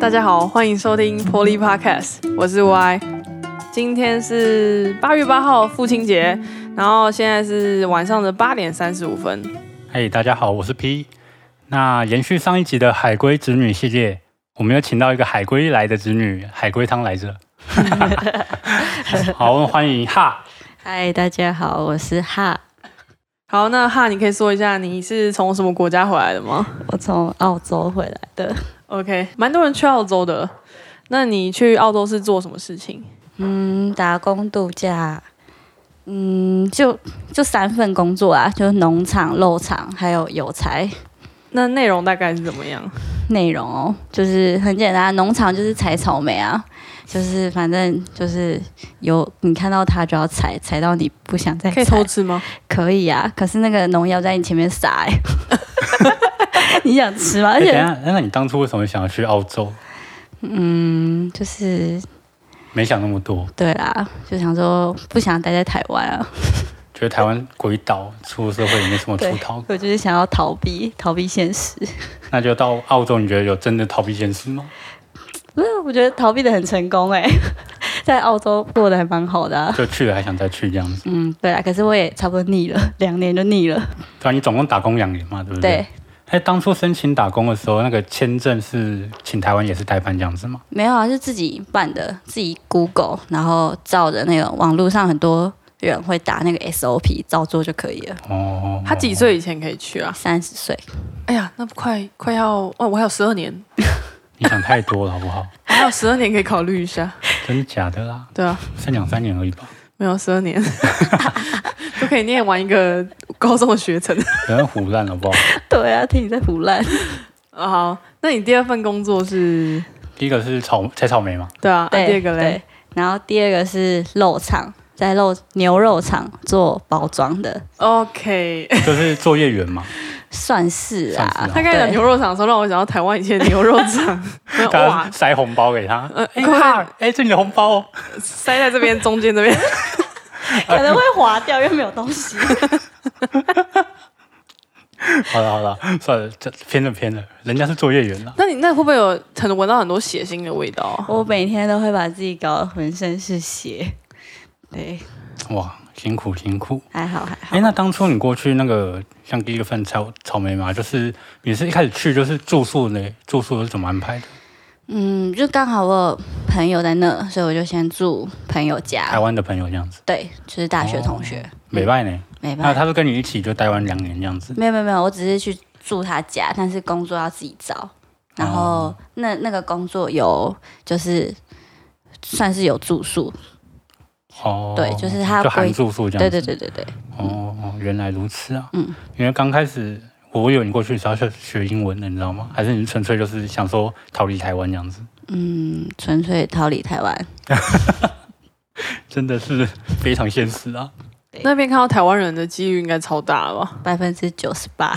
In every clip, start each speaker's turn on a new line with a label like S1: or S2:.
S1: 大家好，欢迎收听 Poly Podcast，我是 Y。今天是八月八号父亲节，然后现在是晚上的八点三十五分。
S2: 嘿大家好，我是 P。那延续上一集的海龟侄女系列，我们又请到一个海龟来的侄女，海龟汤来 着。好，我们欢迎哈。
S3: 嗨，大家好，我是哈，
S1: 好，那哈，你可以说一下你是从什么国家回来的吗
S3: 我从澳洲回来的。
S1: ？OK，蛮多人去澳洲的。那你去澳洲是做什么事情？
S3: 嗯，打工度假，嗯，就就三份工作啊，就是农场、肉场还有邮差。
S1: 那内容大概是怎么样？
S3: 内容哦，就是很简单，农场就是采草莓啊，就是反正就是有你看到它就要采，采到你不想再
S1: 可以
S3: 采，
S1: 偷吃吗？
S3: 可以啊，可是那个农药在你前面撒、欸， 你想吃吗？而
S2: 哎等一
S3: 且
S2: 下，那你当初为什么想要去澳洲？
S3: 嗯，就是
S2: 没想那么多，
S3: 对啦，就想说不想待在台湾啊，
S2: 觉得台湾鬼岛，出社会也没什么出头，
S3: 我就是想要逃避逃避现实。
S2: 那就到澳洲。你觉得有真的逃避现实吗？
S3: 不是，我觉得逃避的很成功哎、 在澳洲过得还蛮好的、啊。
S2: 就去了还想再去这样子？
S3: 嗯，对啦，可是我也差不多腻了，两年就腻了。
S2: 对啊，你总共打工两年嘛，对不对？
S3: 嗯对
S2: 对。，哎，当初申请打工的时候，那个签证是请台湾也是代办这样子吗？
S3: 没有啊，是自己办的，自己 Google，然后照着那个网络上很多人会打那个 SOP，照做就可以了。
S2: 哦，
S1: 他几岁以前可以去啊？
S3: 三十岁，
S1: 哎呀，那快快要哦，我还有十二年，
S2: 你想太多了好不好？
S1: 我还有十二年可以考虑一下。
S2: 真的假的啦？
S1: 对啊，
S2: 才两三年而已吧，
S1: 没有十二年， 就可以念完一个高中的学程。
S2: 不要胡乱好不好？
S3: 对啊，听你在胡乱。
S1: 啊，好，那你第二份工作是？
S2: 第一个是草采草莓嘛，
S1: 对啊，啊
S3: 对，
S1: 第二个嘞
S3: 对，然后第二个是肉场，在肉牛肉场做包装的，
S1: ，OK。
S2: 就是作业员 嘛，
S3: 算是啊。
S2: 算是啊
S1: 他刚才讲
S3: 对
S1: 牛肉厂的时候，让我想到台湾以前的牛肉厂，没有
S2: 大家
S1: 哇，
S2: 塞红包给他，
S1: 呃
S2: 哎、哈，哎、这你的红包哦，
S1: 塞在这边中间这边。
S3: 可能会滑掉，因为没有东西。
S2: 好了好了，算了，这偏了偏了，人家是作业员啦，
S1: 那你那会不会有很闻到很多血腥的味道啊？
S3: 我每天都会把自己搞得浑身是血，对，
S2: 哇，辛苦辛苦。
S3: 还好还
S2: 哎、
S3: 好。
S2: 那当初你过去那个像第一个份草草莓嘛，就是你是一开始去就是住宿呢，住宿是怎么安排的？
S3: 嗯，就刚好我有朋友在那，所以我就先住朋友
S2: 台
S3: 家。
S2: 湾的朋友这样子，
S3: 对，就是大学同学，
S2: 美拜呢？
S3: 没
S2: 哦那
S3: 办法，
S2: 他是跟你一起就待完两年这样子，
S3: 没有没有没有，我只是去住他家，但是工作要自己找。然后、
S2: 哦
S3: 那那个工作有就是算是有住宿，
S2: 哦，
S3: 对就是他
S2: 就含
S3: 规
S2: 住宿这样子，
S3: 对对对对对，
S2: 哦，原来如此啊。
S3: 嗯，
S2: 因为刚开始我以为你过去是要学学英文的，你知道吗？还是你纯粹就是想说逃离台湾这样子？
S3: 嗯，纯粹逃离台湾。
S2: 真的是非常现实啊！
S1: 那边看到台湾人的几率应该超大了吧？
S3: 百分之九十八，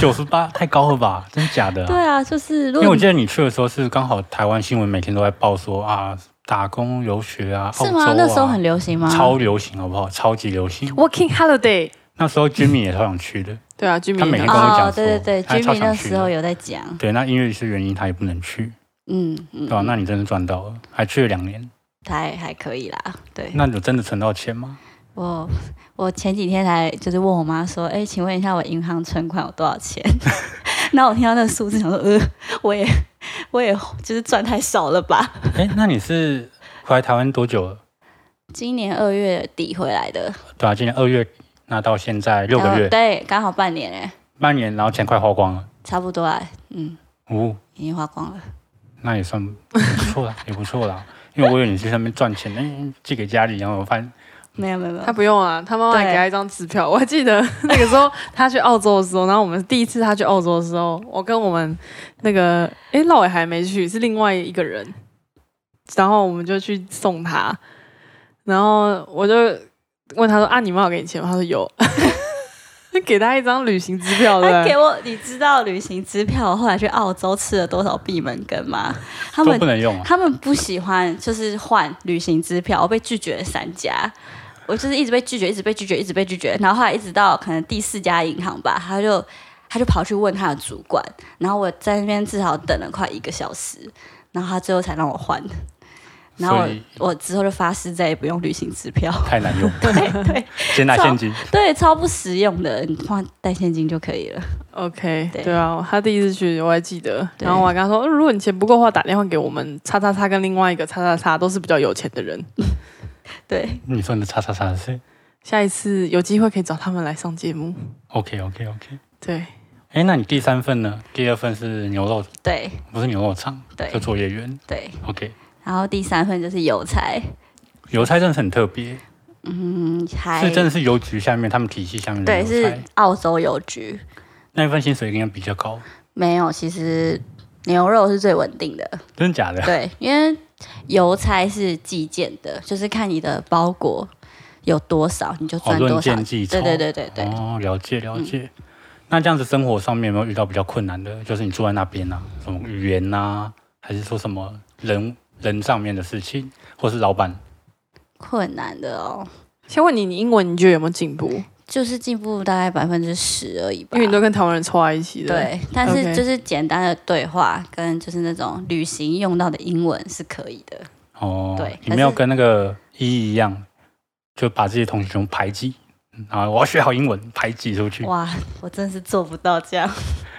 S2: 九十八太高了吧？真假的、
S3: 对
S2: 啊？
S3: 啊，就是如
S2: 因为
S3: 果
S2: 我
S3: 你
S2: 记得你去的时候是刚好台湾新闻每天都在报说啊，打工留学啊，澳
S3: 是
S2: 洲
S3: 吗？
S2: 啊，
S3: 那时候很流行吗？
S2: 超流行好不好？超级流行。
S1: Working holiday，
S2: 那时候 Jimmy 也超想去的，
S1: 对啊，居民
S2: 他每天跟我讲说
S3: 哦，对对对
S2: 他超
S3: ，Jimmy
S2: 想
S3: 那
S2: 去
S3: 时候
S2: 的
S3: 有在讲，
S2: 对，那因为是原因他也不能去，
S3: 嗯嗯，
S2: 对吧、那你真的赚到了，还去了两年，
S3: 还还可以啦。对
S2: 那你有真的存到钱吗？
S3: 我，我前几天才就是问我妈说，哎，请问一下我银行存款有多少钱？ 然后我听到那个数字，想说，呃，我也我也就是赚太少了吧。
S2: 哎，那你是回来台湾多久了？
S3: 今年二月底回来的，
S2: 对啊，今年二月，那到现在六
S3: 然
S2: 个
S3: 后
S2: 月，
S3: 呃对，刚好半年哎，
S2: 半年，然后钱快花光了，
S3: 差不多啊，嗯，
S2: 哦，
S3: 已经花光了。
S2: 那也算不错啦，也不错啦。因为我以为你去那边赚钱，嗯，寄给家里，然后我发现
S3: 没有没有没有
S1: 他，不用啊，他妈妈还
S3: 对
S1: 给他一张支票。 我还记得那个时候他去澳洲的时候，然后我们第一次他去澳洲的时候，我跟我们那个诶，老伟还没去，是另外一个人，然后我们就去送他，然后我就问他说啊，你妈有给你钱吗？他说有， 给他一张旅行支票
S3: 他哎给
S1: 的。
S3: 我，你知道旅行支票我后来去澳洲吃了多少闭门羹吗？他
S2: 都
S3: 们
S2: 不能用啊。
S3: 他们不喜欢就是换旅行支票，我被拒绝了三家。我就是一直被拒绝，一直被拒绝，一直被拒绝，然后后来一直到可能第四家银行吧，他就他就跑去问他的主管，然后我在那边至少等了快一个小时，然后他最后才让我换。然后
S2: 所以
S3: 我我之后就发誓再也不用旅行支票，
S2: 太难用，
S3: 对对
S2: 先拿现金。
S3: 对，超不实用的，你换带现金就可以了。
S1: OK，
S3: 对
S1: 对啊，他第一次去我还记得，
S3: 对
S1: 然后我还跟他说，呃如果你钱不够的话，打电话给我们叉叉叉跟另外一个叉叉叉都是比较有钱的人，
S3: 对，
S2: 你说你的叉叉叉是
S1: 下一次有机会可以找他们来上节目。
S2: OK OK OK。
S1: 对，
S2: 哎，那你第三份呢？第二份是牛肉，
S3: 对，
S2: 不是牛肉肠，
S3: 对
S2: 就作业员。
S3: 对。
S2: OK，
S3: 然后第三份就是邮差，
S2: 邮差真的是很特别，
S3: 嗯，还
S2: 是真的是邮局下面他们体系下面的
S3: 对，
S2: 邮
S3: 是
S2: 差。
S3: 澳洲邮局。
S2: 那一份薪水应该比较高，
S3: 没有，其实牛肉是最稳 定的，
S2: 真的假的？
S3: 对，因为邮差是寄件的，就是看你的包裹有多少，你就
S2: 哦，
S3: 赚
S2: 论
S3: 多少。
S2: 件计酬。
S3: 对对对对嗯对，
S2: 哦，了解了解。那这样子生活上面有没有遇到比较困难的？就是你住在那边啊，什么语言啊，还是说什么人人上面的事情，或是老板？
S3: 困难的哦，
S1: 先问你，你英文你觉得有没有进步？
S3: 就是进步大概百分之十而已吧。
S1: 因为你都跟台湾人凑在一起的。，
S3: 对，但是
S1: OK
S3: 就是简单的对话跟就是那种旅行用到的英文是可以的。
S2: 哦，
S3: 对
S2: 你没有
S3: 可是
S2: 跟那个一一样，就把自己的同学全部排挤，然后我要学好英文，排挤出去。
S3: 哇，我真是做不 到这样。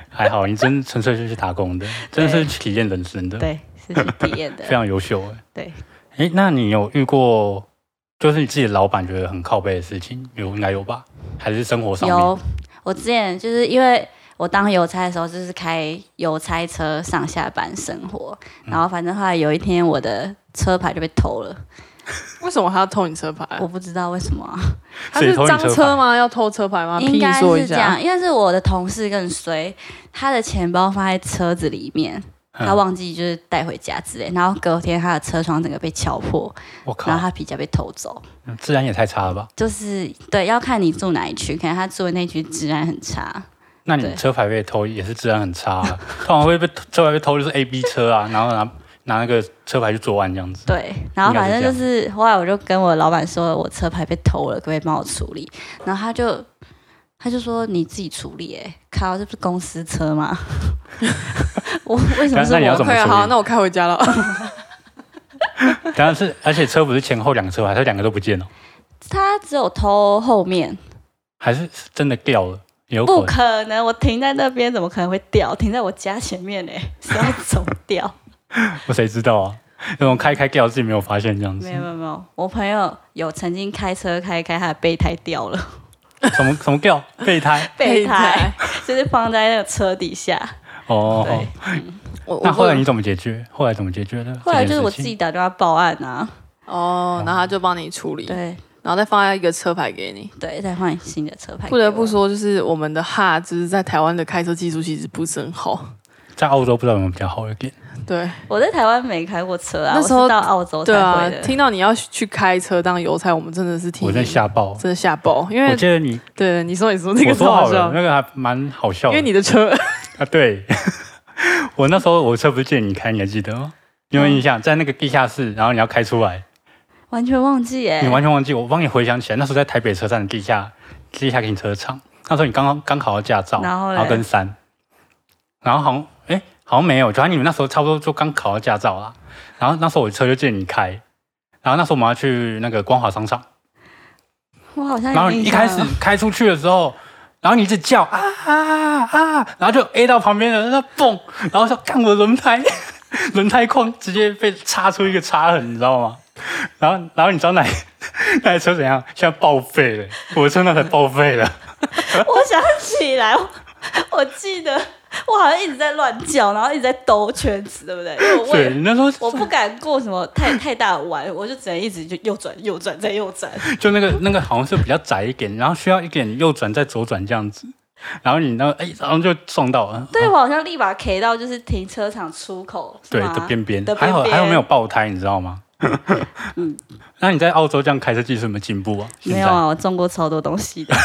S2: 还好，你真纯粹是去打工的，真的是去体验人生的，
S3: 对，是去体验
S2: 非
S3: 的。
S2: 常优秀哎。
S3: 对，
S2: 哎，那你有遇过就是你自己的老板觉得很靠背的事情，有应该有吧？还是生活上面？
S3: 有，我之前就是因为我当邮差的时候，就是开邮差车上下班生活，
S2: 嗯
S3: 然后反正后来有一天我的车牌就被偷了，
S1: 为什么他要偷你车牌
S2: 哎
S1: 啊？
S3: 我不知道为什么啊、
S1: 他是
S2: 谁偷你
S1: 脏
S2: 车牌
S1: 车吗？要偷车
S2: 啊
S1: 牌吗？
S3: 应
S1: 批
S3: 该
S1: 说一
S3: 是这
S1: 下
S3: 样，。应该是我的同事更衰，他的钱包放在车子里面。
S2: 嗯
S3: 他忘记就是带回家之类，然后隔天他的车窗整个被敲破，
S2: 我
S3: 然后
S2: 靠，
S3: 他皮夹被偷走。
S2: 治安也太差了吧？
S3: 就是对，要看你住哪一区，可能他住的那区治安很差。
S2: 那你
S3: 对
S2: 车牌被偷也是治安很差、啊， 通常会被车牌被偷就是 A B 车啊，然后拿拿那个车牌去作案这样子。
S3: 对，然后
S2: 应该
S3: 反
S2: 是
S3: 正
S2: 这
S3: 就
S2: 样
S3: 是后来我就跟我老板说，我车牌被偷了，可不可以帮我处理？然后他就他就说你自己处理、欸，哎，靠，这不是公司车吗？ 我为什么
S2: 但
S3: 是
S2: 那你要
S3: 我？
S2: 怎么
S1: OK，
S2: 处
S1: 好，
S2: 理？
S1: 那我开回家了。
S2: 当然是，而且车不是前后两个车牌，它两个都不见了，
S3: 他只有偷后面，
S2: 还是是真的掉了，也有
S3: 不
S2: 可能。
S3: 可能，我停在那边怎么可能会掉？停在我家前面呢、欸，是要走 掉？
S2: 我谁知道啊？那种开开掉自己没有发现这样子
S3: 没，有没有没有，我朋友有曾经开车开一开，他的备胎掉了，
S2: 什么什么掉备胎
S3: 备胎，就是放在那个车底下。
S2: 哦
S3: 对。。
S1: 我
S2: 那
S1: 我
S2: 后来
S1: 问
S2: 你怎么解决？后来怎么解决的？
S3: 后来就是我
S2: 这
S3: 自
S2: 件事
S3: 己
S2: 情
S3: 打电话报案啊，
S1: 哦，然后他就帮你处理，
S3: 对
S1: 然后再放在一个车牌给你。
S3: 对，再换新的车牌。
S1: 不得不，说，就是我们的哈，就是在台湾的开车技术其实不是很好。
S2: 在澳洲不知道有没有比较好一点。
S1: 对
S3: 我在台湾没开过车啊，
S1: 那时候
S3: 我是到澳洲才
S1: 对啊
S3: 会，的。
S1: 听到你要去开车当邮差，我们真的是替
S2: 我在
S1: 你
S2: 吓爆，
S1: 真的吓爆，因
S2: 我
S1: 为
S2: 记得你
S1: 对你说你说那
S2: 我
S1: 个
S2: 说
S1: 超
S2: 好
S1: 好
S2: 了
S1: 笑，，
S2: 那个还蛮好笑
S1: 因
S2: 的。
S1: 为你的车
S2: 啊，对， 我那时候我车不是借你开，你还记得吗？你有没有印象，在那个地下室，然后你要开出来，
S3: 完全忘记耶、
S2: 你完全忘记，我帮你回想起来，那时候在台北车站的地下地下停车场，那时候你刚刚刚考到驾照，
S3: 然后嘞
S2: 跟三，然后好像哎好像没有，反正你们那时候差不多就刚考到驾照啦，然后那时候我车就借你开，然后那时候我们要去那个光华商场，
S3: 我好像
S2: 然后
S3: 有
S2: 你
S3: 印
S2: 一
S3: 象
S2: 开
S3: 了
S2: 始开出去的时候，然后你一直叫啊啊啊，然后就 A 到旁边的人，那蹦，然后说干我的轮胎， 轮胎框直接被擦出一个擦痕，你知道吗？然后然后你知道 那那台车怎样？现在报废了，我的车那台报废了。
S3: 我想起来，我 我记得我好像一直在乱叫，然后一直在兜圈子，对不对？因为我
S2: 对，
S3: 为
S2: 你那时候
S3: 我不敢过什么太 太大的弯，我就只能一直就右转右转再右转。
S2: 就那个那个好像是比较窄一点，然后需要一点右转再左转这样子。然后你那个哎，然后就撞到了，
S3: 对，我好像立马 K 到就是停车场出口，是
S2: 对
S3: 吗
S2: 的边边
S3: 的，
S2: 还
S3: 边
S2: 好
S3: 边，
S2: 还好没有爆胎，你知道吗？嗯， 那你在澳洲这样开车技术有没有进步啊？现
S3: 没
S2: 在
S3: 有啊，我中过超多东西的。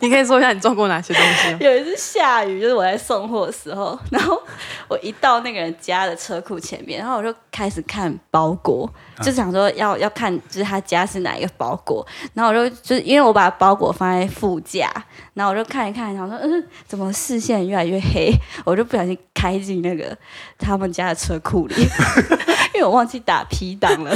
S1: 你可以说一下 你撞过哪些东西吗？
S3: 有一次下雨，就是我在送货的时候，然后我一到那个人家的车库前面，然后我就开始看包裹，就想说要要看就是他家是哪一个包裹，然后我就就是因为我把包裹放在副驾，然后我就看一看，想说嗯，怎么视线越来越黑，我就不小心开进那个他们家的车库里， 因为我忘记打 P 档了。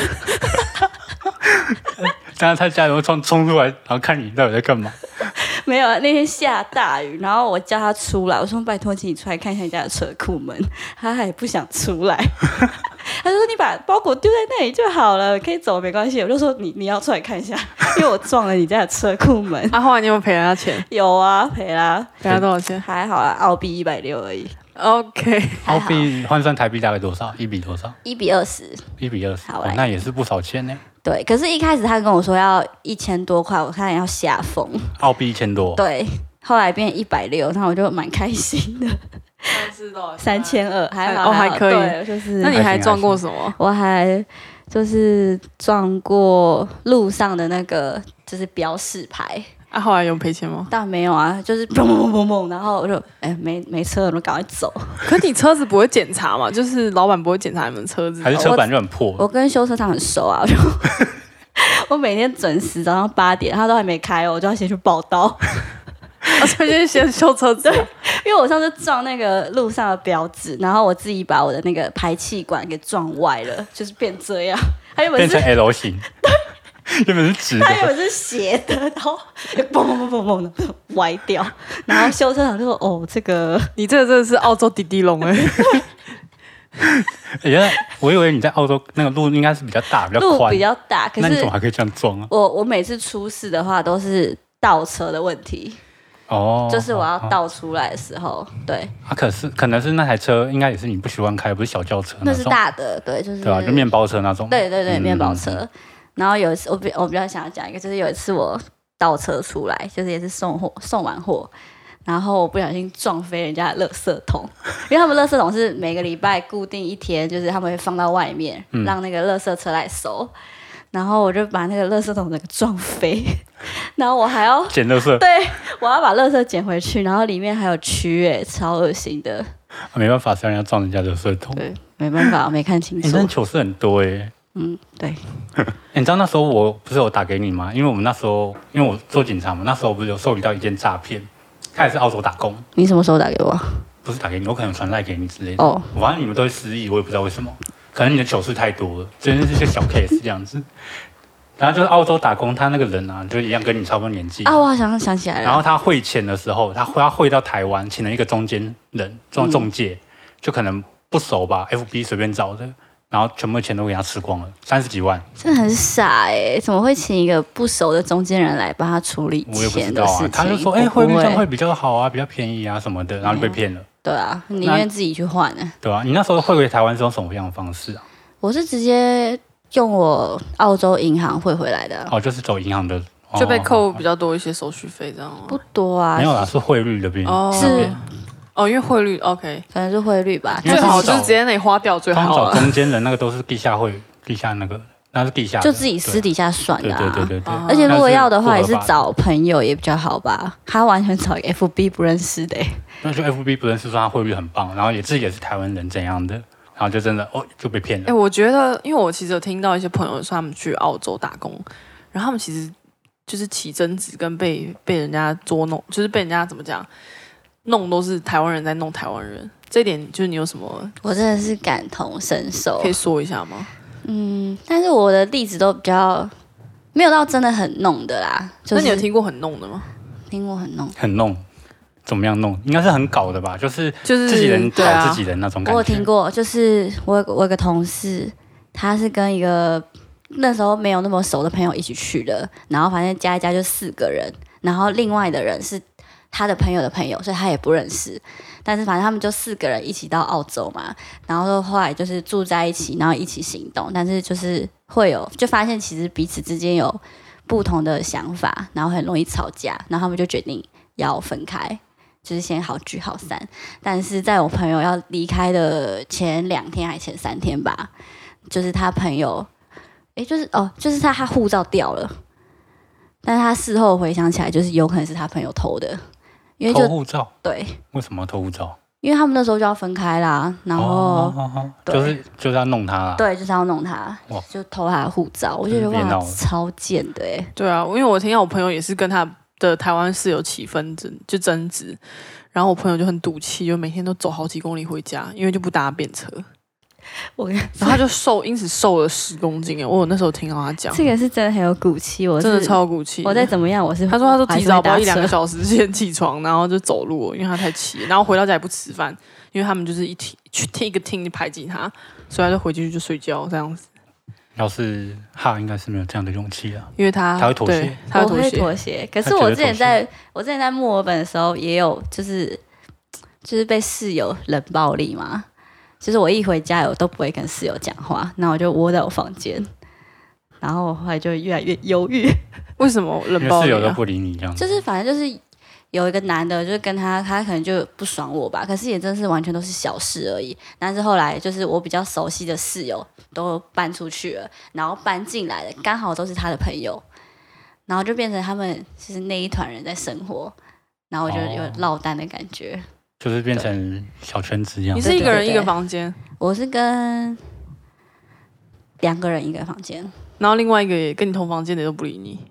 S2: 但是他家人冲冲出来，然后看你到底在干嘛。
S3: 没有，啊那天下大雨，然后我叫他出来，我说拜托，请你出来看一下你家的车库门，他还不想出来。 他说：“你把包裹丢在那里就好了，可以走，没关系。”我就说：“你你要出来看一下， 因为我撞了你家的车库门。
S1: 啊，后来你有没有赔人家钱”？
S3: 有啊，赔啦，
S1: 赔他多少钱
S3: 还好啊，澳币一百六而已，
S1: ？OK，
S3: 还
S2: 澳
S3: 好
S2: 币换算台币大概多少？一比多少？
S3: 一比二十。
S2: 一比二十、
S3: 好
S2: 哦
S3: 哎来，
S2: 那也是不少钱呢。
S3: 对，可是一开始他跟我说要一千多块，我差点要吓疯。
S2: 澳币一千多，
S3: 对，后来变一百六，那我就蛮开心的，
S1: 三次多
S3: 三。千二，还好
S1: 哦还
S3: 好
S1: 可以
S3: 对就是
S1: 那你还撞过什么？
S3: 我还就是撞过路上的那个就是标示牌，
S1: 啊，后来有赔钱吗？
S3: 但没有啊，就是 砰砰砰砰砰，然后我就哎、没没车了，我赶快走。
S1: 可你车子不会检查嘛？就是老板不会检查你们车子
S2: 还。是车板就很破
S3: 我跟修车厂很熟啊，我 就我每天准时早上八点，他都还没开哦，我就要先去报道，
S1: 啊，所以就是先修车子。
S3: 因为我上次撞那个路上的标志，然后我自己把我的那个排气管给撞歪了，就是变这样。他原本
S2: 变
S3: 是
S2: 成 L 型，原本是直
S3: 它原
S2: 的，
S3: 本是斜的， 然后就嘣嘣嘣嘣嘣的歪掉，然后修车厂就说：“哦，这个
S1: 你这个真的是澳洲滴滴龙哎、
S2: 原来哎我以为你在澳洲那个路应该是比较大、比较
S3: 路
S2: 宽
S3: 比，较大，可
S2: 那你
S3: 是
S2: 怎么还可以这样撞啊？
S3: 我我每次出事的话都是倒车的问题，
S2: 哦，
S3: 就是我要
S2: 哦
S3: 倒出来的时候，对，
S2: 啊，可是可能是那台车应该也是你不喜欢开，不是小轿车
S3: 那
S2: 那
S3: 是
S2: 种，
S3: 大的，对，就是
S2: 对吧、就面包车那种，
S3: 嗯对对对
S2: 嗯
S3: 面包车。然后有一次，我比我比较想要讲一个，就是有一次我倒车出来，就是也是送货送完货，然后我不小心撞飞人家的垃圾桶，因为他们垃圾桶是每个礼拜固定一天，就是他们会放到外面，
S2: 嗯
S3: 让那个垃圾车来收。然后我就把那个垃圾桶整个撞飞，然后我还要
S2: 嗯捡垃圾，啊
S3: 对我要把垃圾捡回去，然后里面还有蛆，哎，超恶心的。
S2: 啊没办法，谁让人家撞人家垃圾桶？
S3: 对，没办法，我没看清
S2: 你
S3: 楚
S2: 真的。糗事很多哎、
S3: 嗯，对，
S2: 欸你知道那时候我不是有打给你吗？因为我们那时候，因为我做警察嘛，那时候不是有受理到一件诈骗，他也是澳洲打工，
S3: 你什么时候打给我？啊
S2: 不是打给你，我可能传赖给你之类的。
S3: 哦，
S2: 我发现你们都会失忆，我也不知道为什么，可能你的糗事太多了，真的是一些小 case 这样子。然后就是澳洲打工，他那个人啊，就一样跟你差不多年纪
S3: 啊，我好像想起来了。
S2: 然后他汇钱的时候，他汇他汇到台湾，请了一个中间人，中
S3: 嗯
S2: 中介，就可能不熟吧，FB 随便找的，然后全部钱都给他吃光了，三十几万，
S3: 这很傻哎、怎么会请一个不熟的中间人来帮他处理
S2: 我也不知
S3: 钱
S2: 道
S3: 的事
S2: 啊
S3: 情？。
S2: 他就说，哎、
S3: 我不
S2: 汇率这样
S3: 会
S2: 会比较好啊，比较便宜啊什么的，然后就被骗了，
S3: 对啊，宁愿自己去换呢、
S2: 对吧、你那时候汇回台湾是用什么样的方式啊？
S3: 我是直接用我澳洲银行汇回来的，啊
S2: 哦，就是走银行的，哦
S1: 就被扣比较多一些手续费，这样吗
S3: 不多啊，
S2: 没有啦，是汇率的变。
S1: 哦，
S3: 是
S1: 哦，因为汇率 OK，
S3: 可能是汇率吧。
S2: 因为
S1: 最
S2: 是
S1: 好
S2: 找
S1: 就是直接那里花掉最
S2: 刚
S1: 好
S2: 找
S3: 啊
S1: 了。
S2: 中间人那个都是地下汇，地下那个那是地下的，
S3: 就自己私底下算
S2: 对
S3: 的、
S2: 啊
S3: 啊。
S2: 对对对对
S1: 啊。
S3: 而且如果要的话，
S2: 那
S3: 也
S2: 不
S3: 是
S2: 合法的
S3: 找朋友也比较好吧。他完全找一个 FB 不认识的、欸，
S2: 那就 FB 不认识说他汇率很棒，然后也自己也是台湾人怎样的，然后就真的哦就被骗
S1: 哎、
S2: 了。
S1: 我觉得，因为我其实有听到一些朋友说他们去澳洲打工，然后他们其实就是起争执跟被被人家捉弄，就是被人家怎么讲弄都是台湾人在弄台湾人，这一点就是你有什么
S3: 我真的是感同身受
S1: 可。以说一下吗？
S3: 嗯，但是我的例子都比较没有到真的很弄的啦。就
S1: 那
S3: 是
S1: 你有听过很弄的吗？
S3: 听过很弄？
S2: 很弄，怎么样弄？应该是很搞的吧，就是
S1: 就是
S2: 自己人
S1: 对啊
S2: 搞自己人那种
S3: 我
S2: 感觉。
S3: 有听过，就是我有个我有个同事，他是跟一个那时候没有那么熟的朋友一起去的，然后反正加一加就四个人，然后另外的人是他的朋友的朋友，所以他也不认识。但是反正他们就四个人一起到澳洲嘛，然后后来就是住在一起，然后一起行动，但是就是会有就发现其实彼此之间有不同的想法，然后很容易吵架，然后他们就决定要分开，就是先好聚好散。但是在我朋友要离开的前两天还前三天吧，就是他朋友，诶，就是哦，就是他他护照掉了，但是他事后回想起来，就是有可能是他朋友偷的，因为
S2: 偷
S3: 就
S2: 护照？
S3: 对，
S2: 为什么要偷护照？
S3: 因为他们那时候就要分开啦，然后、
S2: 哦哦哦
S3: 对
S2: 就是就是要弄他啦。
S3: 对，就是要弄他
S2: 哇，
S3: 就偷他的护照，我就觉
S2: 真
S3: 得
S2: 是别闹
S3: 哇
S2: 了，
S3: 超贱的欸
S1: 对啊，因为我听到我朋友也是跟他的台湾室友起纷争，就争执，然后我朋友就很赌气，就每天都走好几公里回家，因为就不搭便车，
S3: 我
S1: 然后他就瘦，因此瘦了十公斤耶。欸我有那时候听到他讲，
S3: 这个是真的很有骨气，我是
S1: 真的超骨气。
S3: 我再怎么样，我是
S1: 他说他都提早包
S3: 包
S1: 一两个小时 先起床，然后就走路，因为他太气了，然后回到家也不吃饭，因为他们就是一起去听一个厅就排挤他，所以他就回去就睡觉这样子，
S2: 要是哈，应该是没有这样的勇气啊。
S1: 因为他
S2: 他会妥协
S1: 对他
S3: 我
S1: 会
S3: 会
S1: 妥协，
S3: 妥协。可
S2: 他
S3: 是
S2: 觉得
S3: 我之前
S2: 妥协
S3: 在我之前在墨尔本的时候，也有就是就是被室友冷暴力嘛。就是我一回家，我都不会跟室友讲话，那我就窝在我房间，然后我后来就越来越忧郁。
S1: 为什么冷
S2: 因
S1: 暴
S2: 为室
S1: 力、
S2: 友都
S1: 啊？
S2: 不理你这样子，
S3: 就是反正就是有一个男的，就是跟他，他可能就不爽我吧，可是也真是完全都是小事而已。但是后来就是我比较熟悉的室友都搬出去了，然后搬进来的刚好都是他的朋友，然后就变成他们就是那一团人在生活，然后我就
S2: 哦
S3: 有落单的感觉。
S2: 就是变成小圈子一样
S1: 你。是一个人
S3: 对对对
S1: 一个房间，
S3: 我是跟两个人一个房间，
S1: 然后另外一个也跟你同房间的都不理你，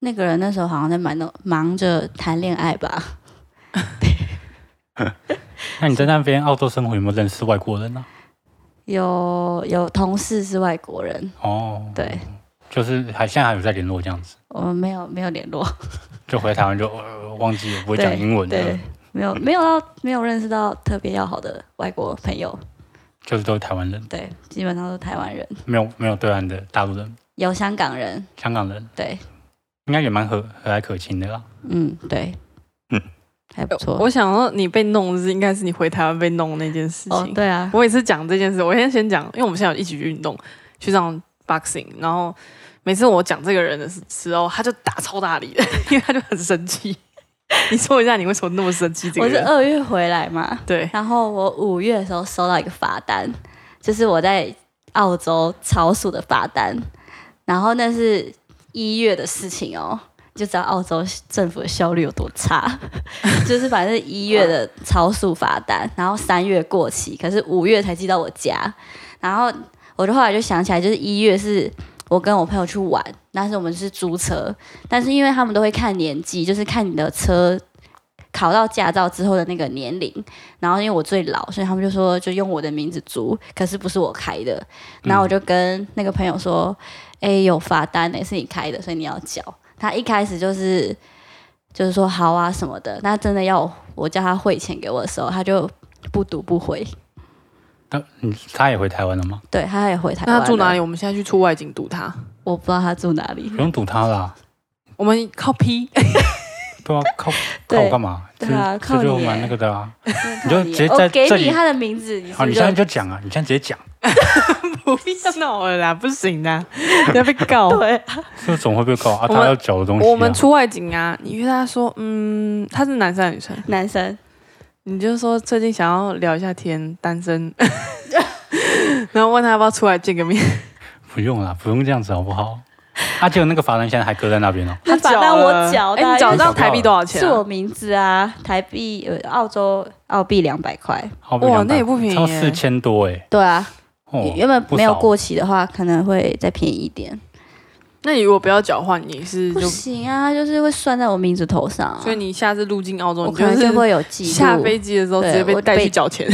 S3: 那个人那时候好像在忙忙着谈恋爱吧。
S2: 那你在那边澳洲生活有没有认识外国人啊呢、
S3: 有有同事是外国人，
S2: 哦，
S3: 对，
S2: 就是还现在还有在联络这样子，
S3: 我们没有没有联络。
S2: 就回台湾就、呃、忘记了不会讲
S3: 对
S2: 英文的
S3: 对，，没有没有到没有认识到特别要好的外国朋友，
S2: 就是都是台湾人，
S3: 对，基本上都是台湾人，
S2: 没有没有对岸的大陆人、
S3: 有香港人，
S2: 香港人，
S3: 对，
S2: 应该也蛮和和蔼可亲的啦。
S3: 嗯，对，
S2: 嗯，
S3: 还不错。
S1: 我想说你被弄是应该是你回台湾被弄那件事情。
S3: 哦，对啊，
S1: 我也是讲这件事，我先先讲，因为我们现在有一起去运动，去上 boxing，然后每次我讲这个人的时候，他就打超大力的， 因为他就很生气。 你说一下你为什么那么生气？这个
S3: 我是
S1: 人
S3: 二月回来嘛，
S1: 对，
S3: 然后我五月的时候收到一个罚单，就是我在澳洲超速的罚单，然后那是一月的事情哦，就知道澳洲政府的效率有多差，就是反正是一月的超速罚单，然后三月过期，可是五月才寄到我家，然后我就后来就想起来，就是一月是。我跟我朋友去玩，但是我们是租车，但是因为他们都会看年纪，就是看你的车考到驾照之后的那个年龄，然后因为我最老，所以他们就说就用我的名字租，可是不是我开的。
S1: 嗯
S3: 然后我就跟那个朋友说：“哎、有罚单呢、是你开的，所以你要缴。”他一开始就是就是说好啊什么的，那真的要我叫他汇钱给我的时候，他就不读不回。
S2: 但你他也回台湾了吗？
S3: 对，他也回台湾。
S1: 那他住哪
S3: 里？
S1: 里？我们现在去出外景堵他，
S3: 我不知道他住哪
S1: 嗯
S3: 里。
S2: 不用堵他啦，
S1: 我们靠 P，
S2: 对啊， 靠靠
S3: 对
S2: 我干嘛？
S3: 对啊
S2: 这
S3: 靠
S2: 这就
S3: 你耶
S2: 蛮那个的啊。
S3: 你
S2: 你就直接在
S3: 我给
S2: 这
S3: 你
S2: 里
S3: 他的名字，你是
S2: 好，
S3: 不
S2: 你
S3: 是
S2: 现在
S3: 就？
S2: 就讲啊，你现在直接讲，
S1: 不要闹了啦，不行 的，你要被告。
S3: 对啊，
S2: 这总会被告啊，
S1: 我们
S2: 他要缴的东西、啊。
S1: 我们出外景啊，你约他说，嗯，他是男生还是女生？
S3: 男生
S1: 你就说最近想要聊一下天，单身， 然后问他要不要出来见个面。
S2: 不用啦，不用这样子好不好？啊，结果那个罚单现在还搁在那边哦。
S3: 他
S1: 他
S3: 反
S1: 缴
S3: 正我
S1: 了
S3: 缴的
S1: 哎，
S3: 啊
S1: 你缴
S2: 因为
S1: 到台币多少钱
S3: 是
S1: 啊？
S3: 我名字啊，台币呃，澳洲澳币两百块。
S2: 好比
S1: 哇
S2: 200
S1: 那也不便宜
S2: 超
S1: 耶
S2: 四千多哎。
S3: 对啊，
S2: 哦，
S3: 原本没有
S2: 不少
S3: 过期的话，可能会再便宜一点。
S1: 那你如果不要缴换，你是
S3: 不
S1: 就，
S3: 行啊，就是会算在我名字头上、啊，
S1: 所以你下次入境澳洲，
S3: 我
S1: 你
S3: 可能就会有记
S1: 是
S3: 录，
S1: 下飞机的时候直
S3: 对
S1: 接被
S3: 我
S1: 带去
S3: 被
S1: 缴 钱。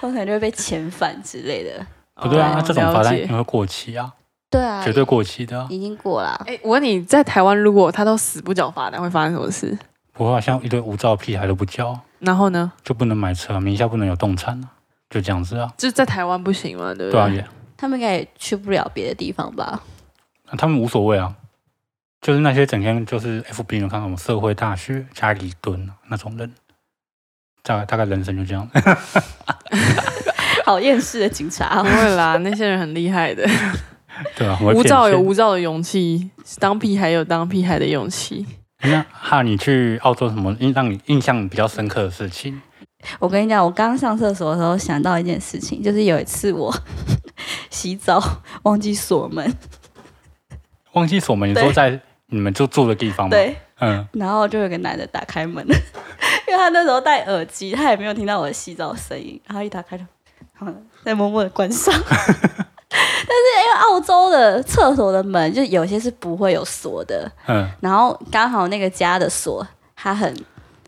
S3: 我可能就会被遣返之类的。
S2: 不对啊， 那
S1: 哦
S2: 这种罚单
S1: 了
S2: 一
S1: 解
S2: 定会过期啊，
S3: 对啊，
S2: 绝对过期的啊。
S3: 已经过了啊。
S1: 哎，我问你，在台湾如果他都死不缴罚单，会发生什么事？
S2: 不过好像一堆无照屁孩都不交，
S1: 然后呢，
S2: 就不能买车啊，名下不能有动产啊，就这样子啊。
S1: 就是在台湾不行嘛，对不
S2: 对啊，
S1: 对？
S2: 也
S3: 他们应该也去不了别的地 方吧？
S2: 啊他们无所谓啊，就是那些整天就是 FB 有看到我们社会大学家里蹲啊那种人，大概大概人生就这样。
S3: 好厌世的警察、
S1: 不
S3: 哦，
S1: 会啦，那些人很厉害的，
S2: 对啊，很会
S1: 无
S2: 骗
S1: 照有
S2: 钱
S1: 无照的勇气，当屁孩有当屁孩的勇气。
S2: 那哈，你去澳洲什么印让你印象比较深刻的事情？
S3: 我跟你讲，我刚上厕所的时候想到一件事情，就是有一次我 洗澡忘记锁门，
S2: 忘记锁门，你
S3: 对
S2: 说在你们就住的地方吗？，
S3: 对，
S2: 嗯，
S3: 然后就有个男的打开门， 因为他那时候戴耳机，他也没有听到我的洗澡声音，然后一打开就，好了，再默默的关上。 但是因为澳洲的厕所的门就有些是不会有锁的，
S2: 嗯，
S3: 然后刚好那个家的锁它很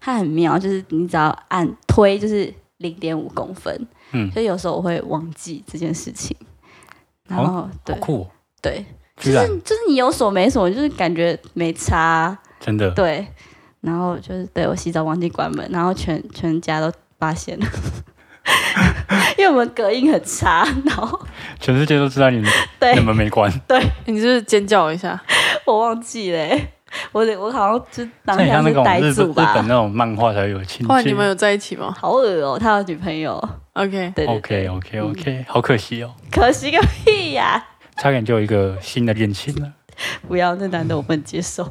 S3: 它很妙，就是你只要按推就是零点五公分，
S2: 嗯
S3: 所以有时候我会忘记这件事情，然后、
S2: 好
S3: 对
S2: 酷、哦，
S3: 对，
S2: 居
S3: 就
S2: 然
S3: 是就是你有锁没锁，就是感觉没差啊、
S2: 真的，
S3: 对，然后就是对我洗澡忘记关门，然后全全家都发现了， 因为我们隔音很差，然后
S2: 全世界都知道 你们
S3: 对
S2: 你们没关，
S1: 哎你是不是尖叫一下？
S3: 我忘记了欸、我得我好像就当
S2: 这很
S3: 下
S2: 像那
S3: 是
S2: 种
S3: 呆
S2: 日本
S3: 住
S2: 日本
S3: 吧，
S2: 那种漫画才有亲
S1: 后来你
S2: 近
S1: 们。有在一起吗
S3: 好恶哦、他有女朋友，
S1: ？OK，
S3: 对对
S2: OK
S3: 对
S2: OK OK，好可惜哦，
S3: 可惜个屁呀、
S2: 差点就有一个新的恋情了。
S3: 不要，那男的我不能接受。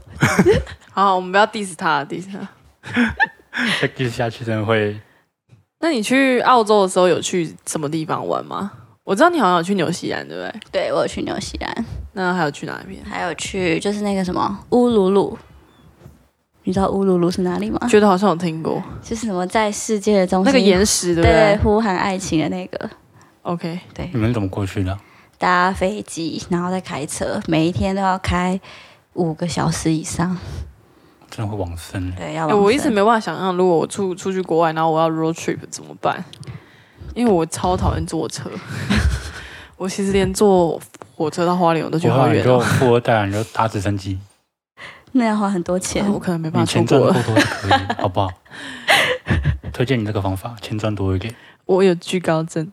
S1: 好，我们不要 diss 他，diss 他。
S2: 再继续下去真的会，
S1: 那你去澳洲的时候有去什么地方玩吗？我知道你好像有去纽西兰，对不对？
S3: 对我有去纽西兰，
S1: 那还有去哪边？
S3: 还有去就是那个什么乌鲁鲁，你知道乌鲁鲁是哪里吗？
S1: 觉得好像有听过
S3: 就是什么在世界的中
S1: 那
S3: 心
S1: 个岩石，对不
S3: 对
S1: 对
S3: 呼喊爱情的那个。
S1: ？OK，
S3: 对
S2: 你，们是怎么过去的？
S3: 搭飞机，然后再开车，每一天都要开五个小时以上。
S2: 真的会往生。
S3: 对，要
S1: 哎、
S3: 往返、
S1: 我一直没办法想象，如果我出出去国外，然后我要 road trip 怎么办？因为我超讨厌坐车， 我其实连坐火车到花莲我都觉
S2: 我
S1: 得
S2: 后
S1: 好
S2: 来你
S1: 远
S2: 就
S1: 哦、
S2: 富二代，你就搭直升机，
S3: 那要花很多钱
S1: 啊。我可能没办
S2: 你
S1: 法出
S2: 钱赚
S1: 国
S2: 够
S1: 了。
S2: 多就可以，好不好？推荐你这个方法，钱赚多一点。
S1: 我有惧高症，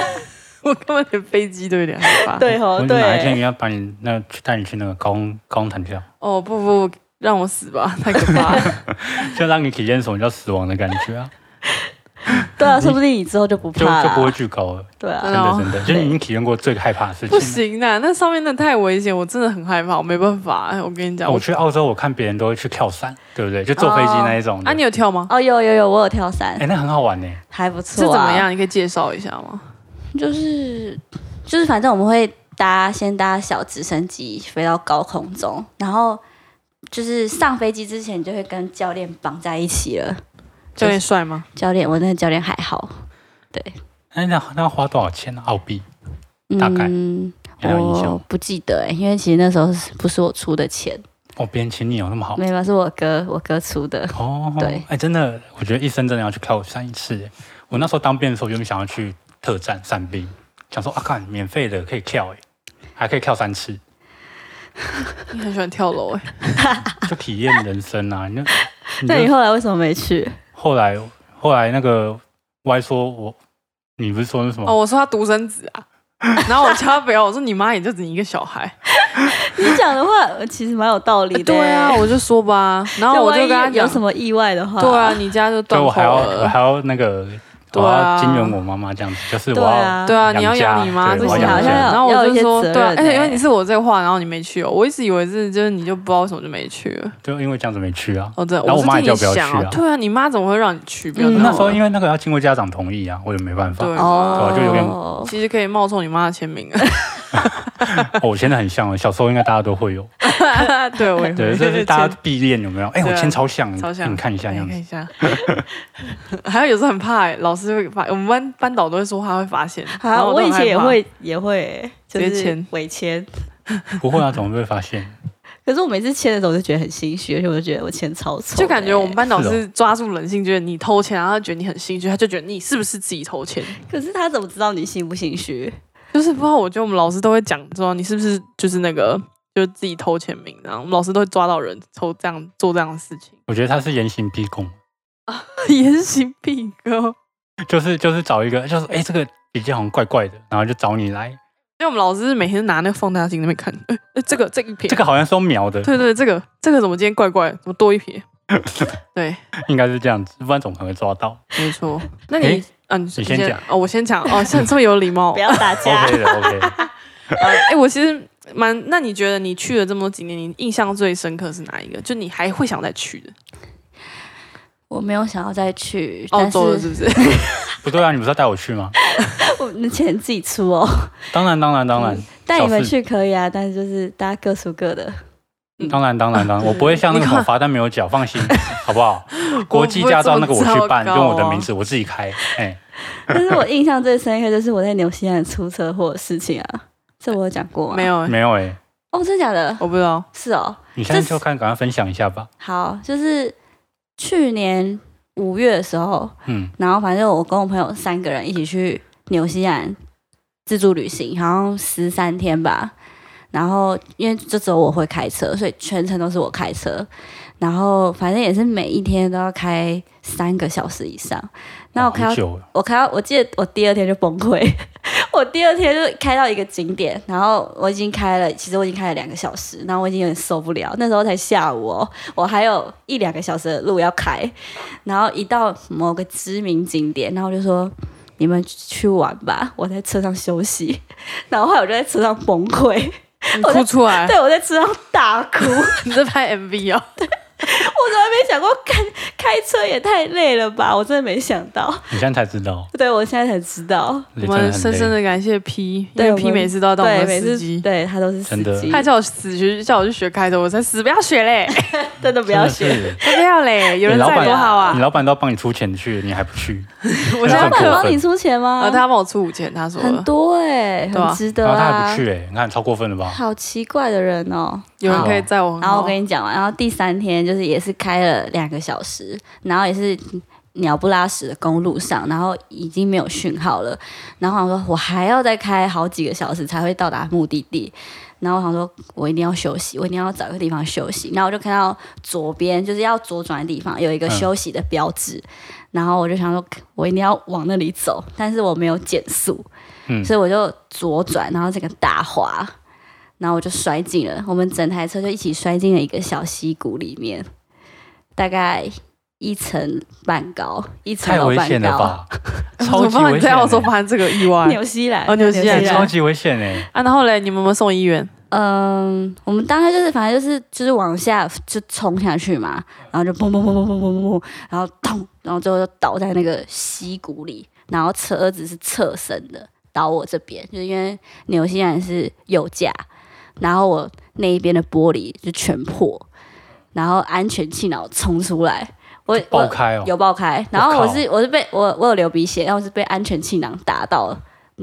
S1: 我根本连飞机都有点害怕。
S3: 对
S2: 我
S3: 哦，
S2: 就哪一天一定
S3: 对，
S2: 要把你那去带你去那个高空高空弹跳，
S1: 哦不不不，让我死吧，太可怕了。
S2: 就让你体验什么叫死亡的感觉啊，
S3: 对啊，说不定你之后就不
S2: 就
S3: 怕
S2: 就不会
S3: 了。
S2: 惧高了。
S3: 对
S2: 真
S3: 啊，
S1: 真的
S2: 的
S1: 哦
S2: 真的，就是你已经体验过最害怕的事情
S1: 不
S2: 了。
S1: 行啊，那上面那太危险，我真的很害怕，我没办法。哎我跟你讲，
S2: 哦我
S1: 我
S2: 去澳洲，我看别人都会去跳伞，对不对？就坐飞机那一种的。
S1: 啊，你有跳吗？
S3: 哦，有有有，我有跳伞，
S2: 哎，那很好玩呢。
S3: 还不
S1: 是
S3: 错、啊。
S1: 怎么？样？你可以介绍一下吗？
S3: 就是就是，反正我们会搭先搭小直升机飞到高空中，然后就是上飞机之前你就会跟教练绑在一起了。
S1: 教练帅吗？
S3: 教练，我那个教练还好，
S2: 哎，那那要花多少钱呢？澳币？大概
S3: 嗯，
S2: 有没有印象
S1: 哦
S3: 我不记得哎、因为其实那时候是不是我出的钱，
S2: 哦，别人请你有那么好？
S3: 没有，是我哥我哥出的。
S2: 哦，
S3: 对
S2: 哎，真的，我觉得一生真的要去跳伞一次耶。我那时候当兵的时候，原本想要去特战散兵，想说啊，看免费的可以跳，哎，还可以跳三次，
S1: 你很喜欢跳楼 哎、
S2: 就体验人生啊。你就你
S3: 那你
S2: 就
S3: 后来为什么没去？
S2: 后来后来那个歪说我，你不是说那什么？
S1: 哦，我说他独生子 啊，然后我叫他不要，我说你妈也就只一个小孩。
S3: 你讲的话其实蛮有道理
S1: 哎
S3: 的、欸
S1: 对啊，，我就说吧，然后我就跟他
S3: 有
S1: 讲，
S3: 什么意外的话，
S1: 对啊，，你家就
S2: 所
S1: 断
S2: 以我
S1: 后
S2: 还要我
S1: 了。
S2: 还要 那个，
S1: 对
S2: 我
S1: 啊
S2: 要金援我妈妈这样子，就是我
S3: 对
S2: 要、
S3: 啊，
S1: 对啊，你要
S2: 养家
S1: 养你妈，
S2: 对
S1: 我
S2: 我
S1: 要
S2: 好像
S1: 然后
S3: 要
S1: 我
S3: 有一
S1: 就
S3: 些
S1: 说，
S3: 责
S1: 对啊，而
S3: 任
S1: 且因为
S3: 欸
S1: 你是我这个话，然后你没去哦，我一直以为是就是你就不知道为什么就没去了。
S2: 就因为这样子没去啊。
S1: 哦，真的，
S2: 然后
S1: 我
S2: 我妈
S1: 是
S2: 也
S1: 替
S2: 叫
S1: 你
S2: 我不要
S1: 想
S2: 去
S1: 哦
S2: 啊，
S1: 对啊，你妈怎么会让你去？不要
S3: 嗯
S1: 闹
S2: 那时候
S1: 了
S2: 因为那个要经过家长同意啊，我也没办法。
S1: 对
S3: 哦，
S2: 对啊就有点
S1: 其实可以冒充你妈的签名
S2: 哦我现在很像了，小时候应该大家都会有。
S1: 啊， 对，我也
S2: 对，
S1: 会
S2: 这是大家必练有没有？哎、
S1: 对啊
S2: 我签超像，
S1: 超像
S2: 你看一下
S1: 哎
S2: 这样
S1: 看一
S2: 子。
S1: 下， 还有有时候很怕哎，老师会发，我们班班导都会说他会发现，然
S3: 啊，
S1: 后都
S3: 我以
S1: 很害
S3: 前也
S1: 怕，
S3: 会也会、欸，就
S1: 直接
S3: 是
S1: 签
S3: 伪签。
S2: 不会啊，怎么被发现？
S3: 可是我每次签的时候我就觉得很心虚，而且我就觉得我签超丑的欸、
S1: 嗯就感觉我们班导
S2: 是哦
S1: 是抓住人性，觉得你偷钱，然后他觉得你很心虚，他就觉得你是不是自己偷 钱，
S3: 可是他怎么知道你心不心虚？
S1: 就是不知道，我觉得我们老师都会讲说你是不是就是那个。就是自己偷钱名，然后我们老师都会抓到人偷这样做这样的事 情，
S2: 我觉得他是严刑逼供，
S1: 严刑逼供。
S2: 就是就是找一个，就是哎、这个笔记好像怪怪的，然后就找 你来。
S1: 因为我们老师是每天拿那个放大镜那边看，哎、哎这个这一撇，
S2: 这个好像是用描 的，
S1: 对对，这个这个怎么今天怪怪，怎么多一撇？对，
S2: 应该是这样子，不然怎么可能会抓 到
S1: 没 错。那你、
S2: 诶
S1: 啊，你
S2: 你先讲
S1: 哦，我先讲哦， 像这么有礼貌
S3: 不。要 打架。
S2: ？OK 的，OK 的。
S1: 哎、诶我其实蛮……那你觉得你去了这么多景点，你印象最深刻是哪一个？就你还会想再去的？
S3: 我没有想要再去
S1: 澳
S3: 但
S1: 洲的哦是
S3: 是
S1: 不是？
S2: 不对啊，你不是要带我去吗？
S3: 我那钱自己出哦。
S1: 嗯
S2: 当然，当然，当然。
S3: 带你们
S2: 小事
S3: 去可以啊，但是就是大家各出各的。
S1: 嗯
S2: 当然，当然，当然，我不会像那个
S1: 你看
S2: 某罚单没有缴，放心，好不好？国际驾照那个我去
S1: 我不会这么糟
S2: 办，
S1: 糕
S2: 用我的名字，我自己开。哎，
S3: 但是我印象最深刻就是我在纽西兰出车祸的事情啊，这我有讲过吗？
S1: 没有、欸，
S2: 没有哎，
S3: 哦，真的假的？
S1: 我不知 道。
S3: 是哦，
S2: 你现在就看，赶快分享一下吧。
S3: 好，就是去年五月的时候，
S2: 嗯，
S3: 然后反正我跟我朋友三个人一起去纽西兰自助旅行，好像十三天吧。然后因为就只有我会开车，所以全程都是我开车。然后反正也是每一天都要开三个小时以上。那我
S2: 哇
S3: 开到
S2: 很久了，
S3: 我开到，我记得我第二天就崩溃， 我第二天就开到一个景点，然后我已经开了，其实我已经开了两个小时，然后我已经有点受不了，那时候才下午哦，我还有一两个小时的路要开，然后一到某个知名景点，然后我就说。你们去玩吧，我在车上休息。 然后后来我就在车上崩溃，
S1: 你
S3: 我在
S1: 哭出来，
S3: 对我在车上大哭。
S1: 你在拍 MV 哦？
S3: 我从来没想过开开车也太累了吧，我真的没想到。
S2: 你现在才知道，
S3: 对我现在才知道，
S2: 我
S1: 我们深深的感谢 P，因
S3: 对
S1: 为
S3: 我
S1: P
S3: 们
S1: 每次都要当哦我
S3: 对
S1: 们
S3: 每
S1: 的
S3: 次
S1: 司机，
S3: 对他都是司
S2: 真的
S3: 机
S1: 他，还叫我死学，叫我去学开头，我才死不要学嘞，
S3: 真的不
S2: 不
S3: 要学。
S1: 才不要嘞， 有人
S2: 你老板
S1: 在多好啊
S2: 你！老板都要帮你出钱去，你还不去，
S1: 我现
S3: 老
S1: 在
S2: 很
S3: 板
S2: 过分
S1: 可，
S3: 帮你出钱吗？
S1: 呃，他帮我出五千，他说
S3: 很多哎、
S1: 对啊
S3: 很值
S2: 然
S3: 得
S2: 后他
S3: 啊。
S2: 还不去，哎，你看超过分了吧？
S3: 好奇怪的人哦。
S1: 有人
S3: 好
S1: 可以载我很
S3: 然
S1: 好。
S3: 后我跟你讲完，啊然后第三天就是也是开了两个小时，然后也是鸟不拉屎的公路上，然后已经没有讯号了，然后我想说我还要再开好几个小时才会到达目的地，然后我想说我一定要休息，我一定要找一个地方休息，然后我就看到左边就是要左转的地方有一个
S2: 嗯
S3: 休息的标志，然后我就想说我一定要往那里走，但是我没有减速，
S2: 嗯
S3: 所以我就左转，然后这个大滑。然后我就摔进了，我们整台车就一起摔进了一个小溪谷里面，大概一层半高，一层
S2: 太
S3: 楼
S2: 危
S3: 半
S2: 险了
S3: 高。
S2: 吧？
S1: 哎
S2: 超
S1: 我
S2: 级
S1: 怎么帮
S2: 危
S1: 你在
S2: 险
S1: 澳洲
S2: 欸！
S1: 发生这个意外
S3: 纽西兰，
S1: 哦纽西兰
S2: 哎超级危险哎！
S1: 啊？然后嘞，你们有没有送医院？
S3: 嗯，我们当时就是反正就是就是往下就冲下去嘛，然后就砰砰砰砰砰砰砰砰，然后咚，然后最后就倒在那个溪谷里，然后车子是侧身的倒我这边，就是因为纽西兰是右驾，然后我那一边的玻璃就全破，然后安全气囊冲出来，我
S2: 爆
S3: 我
S2: 开哦！
S3: 有爆开，然后
S2: 我
S3: 我
S2: 靠
S3: 是我是被我我有流鼻血，然后我是被安全气囊打到了，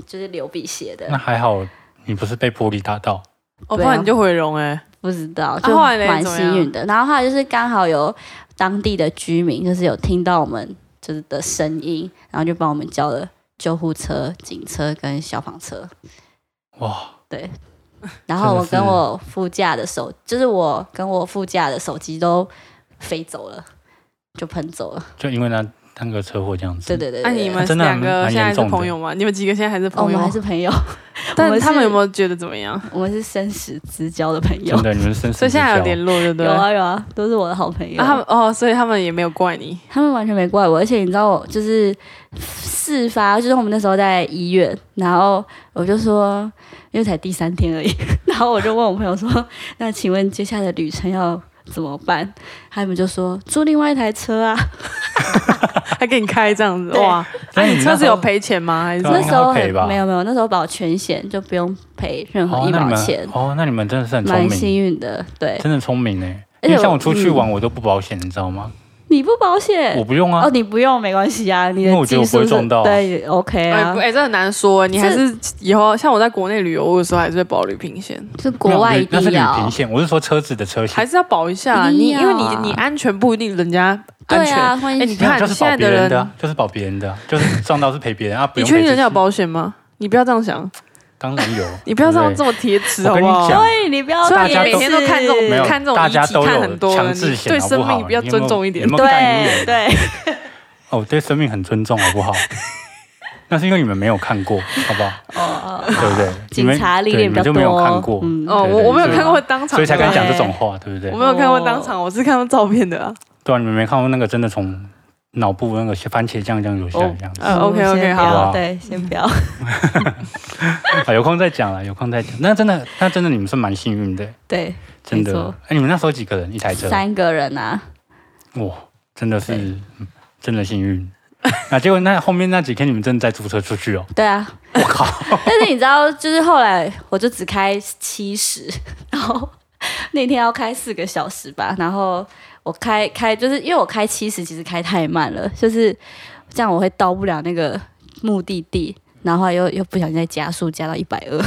S3: 就是流鼻血的
S2: 那，还好，你不是被玻璃打到，
S1: 我
S3: 对啊
S1: 怕哦你就毁容哎。
S3: 不知道，
S1: 啊
S3: 就
S1: 后来嘞
S3: 蛮
S1: 怎么样
S3: 幸运的。然后后来就是刚好有当地的居民，就是有听到我们就是的声音，然后就帮我们叫了救护车、警车跟消防车。
S2: 哇！
S3: 对，然后我
S2: 真的
S3: 跟
S2: 是
S3: 我副驾的手，就是我跟我副驾的手机都飞走了，就喷走了。
S2: 就因为那那个车祸这样子。
S3: 对对对
S1: 那呃
S3: 对
S1: 啊你
S3: 对
S1: 们
S2: 啊真的
S1: 两
S2: 蛮
S1: 个
S2: 蛮
S1: 现在还是
S2: 严重的
S1: 朋友吗？你们几个现在还是
S3: 哦我
S1: 朋友
S3: 们还
S1: 吗？
S3: 是朋友，我
S1: 但
S3: 们
S1: 他们
S3: 是
S1: 有没有觉得怎么 样？
S3: 我们是生死之交的朋友
S2: 真。的，你们生死
S1: 所以
S2: 之
S1: 现在
S2: 交
S1: 有。联络，对不对？
S3: 有啊有啊，都是我的好朋友。
S1: 啊他们哦，所以他们也没有怪 你。
S3: 他们完全没怪我，而且你知道我就是事发，就是我们那时候在医院，然后我就说，因为才第三天而已， 然后我就问我朋友说， 那请问接下来的旅程要怎么办？他们就说租另外一台车啊，
S1: 还给你开这样子
S3: 对
S1: 哇？那、
S2: 那
S1: 哎你
S2: 你
S1: 车
S2: 那
S1: 子
S2: 时
S1: 有
S2: 候
S1: 赔钱吗？还是
S2: 对啊
S3: 那时
S2: 应
S3: 候
S2: 该会赔吧
S3: 很没有没有，那时候保全险就不用赔任何
S2: 哦
S3: 一
S2: 那你
S3: 毛
S2: 们
S3: 钱，
S2: 哦，那你们真的是很聪
S3: 蛮幸
S2: 明，
S3: 运的。对，
S2: 真的聪明哎。
S3: 而且
S2: 因为
S3: 我
S2: 像我出去
S3: 嗯
S2: 玩，我都不保险，你知道吗？
S3: 你不保险
S1: 哎
S2: 我。不用啊
S3: 哦，，你不用没关系啊，你
S2: 因为我
S3: 的
S2: 觉得
S3: 技
S2: 我不会
S3: 术是
S2: 撞到啊
S3: 对，OK
S1: 哎、
S3: 啊
S1: 不，，哎、这很难说。你还是以后像我在国内旅游，我有时候还是会保旅平险，
S3: 是国外一
S2: 那是
S3: 定
S2: 旅
S3: 要
S2: 平险，我是说车子的车
S1: 还
S2: 险。
S1: 是要保一下。
S3: 一
S1: 你
S3: 定要
S1: 因为你
S3: 啊
S1: 你安全不一定人家安
S3: 对
S1: 全。
S3: 啊，欢
S1: 哎、
S3: 迎
S1: 你
S2: 没有，
S1: 看
S2: 就是
S1: 现
S2: 保
S1: 在
S2: 别
S1: 的
S2: 人的
S1: 人
S2: 啊，，就是保别人的啊，就是撞到是赔别人啊， 不
S1: 你
S2: 用
S1: 确
S2: 赔
S1: 定
S2: 自
S1: 人家有
S2: 己。
S1: 保险吗？你不要这样想，
S2: 当然有，
S1: 你不要这样这
S2: 对
S1: 么贴齿
S2: 我
S1: 好
S2: 跟
S1: 不
S2: 你
S1: 好？
S2: 讲，
S3: 对，你不要
S1: 所以
S2: 大家
S1: 你每天哦
S2: 都
S1: 都看这种
S2: 没有
S1: 看这种
S2: 大
S1: 遗
S2: 家
S1: 体
S2: 都
S1: 看
S2: 有
S1: 很多
S2: 强
S1: 了，
S2: 制
S1: 你
S2: 险
S1: 对
S2: 好不
S1: 生命
S2: 好
S1: 比较
S2: 你有
S1: 尊
S2: 没有
S1: 重一点
S2: 有没。有概
S3: 对
S2: 念
S3: 对，
S2: 哦，我对生命很尊重，好不 好？那是因为你们没有看过，好不好？
S3: 哦，
S2: 对不对？ 你
S3: 警
S2: 们
S3: 察历
S2: 对
S3: 练
S2: 你
S3: 比较
S2: 们
S3: 多，
S2: 就没有看过，
S3: 嗯，
S1: 哦，
S2: 对
S1: 我
S2: 对
S1: 我没有
S2: 对
S1: 看过当场，
S2: 所以才敢
S1: 对
S2: 讲这种话，对不对
S1: 我？没有看过当场，我是看到照片的啊。
S2: 对啊，你们没看过那个真的从脑部那个番茄酱这样流下来这样子。
S1: 呃，OK
S3: 嗯先
S1: OK，
S3: 不要
S1: 好，
S2: 好
S3: 对，先不要，
S2: 啊，有空再讲了，有空再讲。那真的，那真的你们是蛮幸运的，
S3: 对，
S2: 真
S3: 没
S2: 的
S3: 错。
S2: 哎，你们那时候几个人？一台车？
S3: 三个人啊，
S2: 哇，哦真的是
S3: 对
S2: 嗯真的幸运。 那结果那后面那几天你们真的在租车出去哦？
S3: 对啊，
S2: 我靠！
S3: 但是你知道，就是后来我就只开七十，然后那天要开四个小时吧，然后我开开就是因为我开七十，其实开太慢了，就是这样我会到不了那个目的地，然后又又不小心再加速加到一百二，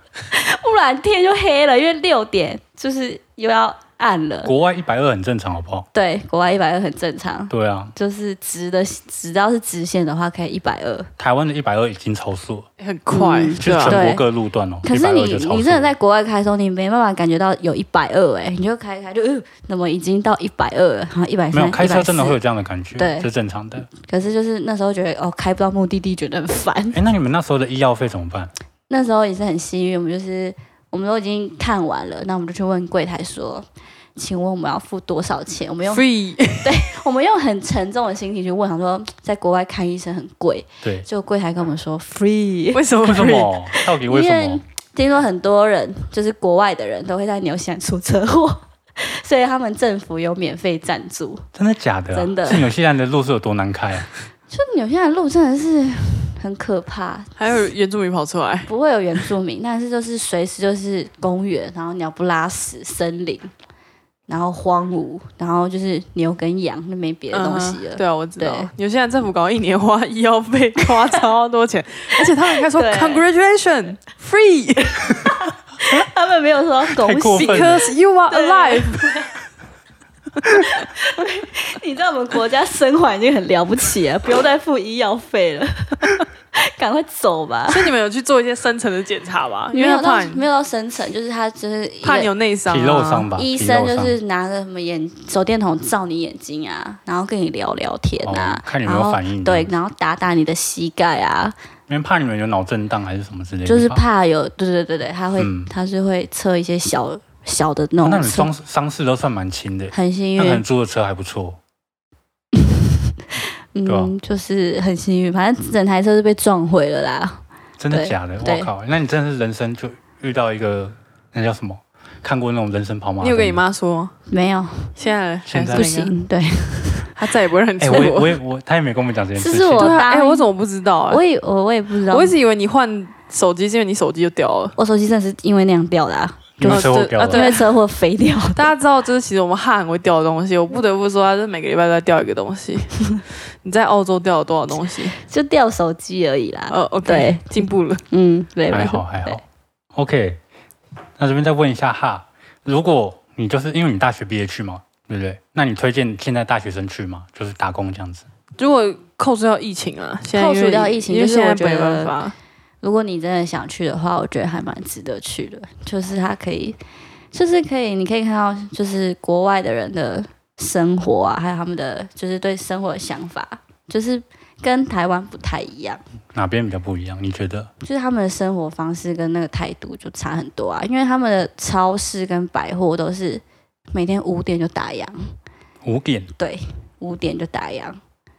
S3: 不然天就黑了，因为六点就是又要暗了。
S2: 国外一百二很正常，好不好？
S3: 对，国外一百二很正常，
S2: 对啊，
S3: 就是直的，只要是直线的话可以一百二。
S2: 台湾的一百二已经超速了，
S1: 很快，
S3: 嗯
S2: 其
S1: 对
S2: 实
S1: 啊
S2: 全，国
S3: 对
S2: 各路段哦，
S3: 可是
S2: 120
S3: 你
S2: 就超速
S3: 你真的在国外开的时候，你没办法感觉到有一百二哎，你就开一开就呃，怎么已经到一百二了，然后一百
S2: 没
S3: 三
S2: 有，开车真的会有
S3: 140
S2: 这样的感觉，
S3: 对
S2: 是正常的。
S3: 可是就是那时候觉得哦，开不到目的地，觉得很烦。
S2: 哎，那你们那时候的医药费怎么办？
S3: 那时候也是很幸运，我们就是我们都已经看完了，那我们就去问柜台说，请问我们要付多少钱？我们 用
S1: free
S3: 我们用很沉重的心情去问，想说在国外看医生很贵，
S2: 对，
S3: 就柜台跟我们说 free。
S1: 为什么
S2: 为什
S1: free？
S2: 么？到底为什
S3: 因
S2: 么
S3: 为？听说很多人就是国外的人都会在纽西兰出车祸， 所以他们政府有免费赞助。
S2: 真的假的啊？
S3: 真的
S2: 是纽西兰的路是有多难开啊？
S3: 就纽西兰的路真的是很可怕，
S1: 还有原住民跑出来，
S3: 不会有原住民，但是就是随时就是公园，然后鸟不拉屎、森林，然后荒芜，然后就是牛跟羊，那没别的东西
S1: 嗯
S3: 了。
S1: 对啊，我知道
S3: 对。
S1: 有些人政府搞一年花医药费 花超多钱，而且他们应该说
S3: 对
S1: congratulation free
S3: 他们没有说
S2: 太
S3: 恭
S2: 过
S3: 喜，
S2: 分了
S1: because you are
S3: 对
S1: alive。
S3: 你知道我们国家生还已经很了不起了，不用再付医药费了， 赶快走吧。
S1: 所以你们有去做一些深层的检查吧？因
S3: 没
S1: 为
S3: 有
S1: 他
S3: 到
S1: 怕你
S3: 没有到深层，就是他就是一个
S1: 怕你有内伤、啊，
S2: 皮肉伤吧，
S3: 医
S2: 皮
S3: 生
S2: 肉
S3: 就
S2: 伤
S3: 是拿着什么眼手电筒照你眼睛啊，然后跟你聊聊天啊，
S2: 哦看你有没有
S3: 然后
S2: 反应
S3: 对，然后打打你的膝盖啊，
S2: 因为怕你们有脑震荡还是什么之类的吧，
S3: 就是怕有，对对对对，他会、
S2: 嗯
S3: 他是会测一些小小的
S2: 哦
S3: 那
S2: 那
S3: 种
S2: 你
S3: 测，
S2: 伤伤势都算蛮轻的，
S3: 很幸
S2: 那可能
S3: 运，
S2: 租的车还不错。对啊
S3: 嗯，就是很幸运，反正整台车是被撞毁了啦，
S2: 真的
S3: 对
S2: 假的？我
S3: 对
S2: 靠！那你真的是人生就遇到一个那叫什么？看过那种人生跑马灯吗？
S1: 你有跟你妈说，
S3: 没有，
S1: 现在
S2: 现在
S1: 还
S3: 不
S1: 是那个，
S3: 行，对，
S1: 她再也不会让你
S2: 哎、
S1: 出
S2: 我也
S1: 国。
S2: 我也我，他也没跟我们讲这件事
S3: 这
S2: 情。
S3: 是我
S1: 对啊，
S3: 答
S1: 哎、
S3: 应
S1: 我怎么不知道、啊？
S3: 我也我我也不知道，
S1: 我
S3: 我
S1: 一直以为你换手机是因为你手机就掉了。
S3: 手机真的是因为那样掉的、啊，
S2: 因为车祸掉
S1: 啊
S2: 了。
S1: 对
S3: 因为车祸飞掉的，
S1: 大家知道，就是其实我们汉很会掉东西，我不得不说，他是每个礼拜都在掉一个东 西。你在澳洲掉了多少东西？
S3: 就掉手机而已啦，
S1: 呃，OK，
S3: 对
S1: 进步了。
S3: 嗯，对，
S2: 哦还好还好。OK，那这边再问一下哈，如果你就是因为你大学毕业去嘛，对不对？那你推荐现在大学生去吗？就是打工这样子。
S1: 如果扣除掉疫情啊，现在因为
S3: 扣除掉疫情
S1: 因为
S3: 就是
S1: 现在
S3: 我觉得
S1: 没办法。
S3: 如果你真的想去的话，我觉得还蛮值得去的。就是它可以，就是可以，你可以看到就是国外的人的生活啊，还有他们的就是对生活的想法，就是跟台湾不太一样。
S2: 哪边比较不一样？你觉得？
S3: 就是他们的生活方式跟那个态度就差很多啊，因为他们的超市跟百货都是每天五点就打烊，
S2: 五点，
S3: 对，五点就打烊。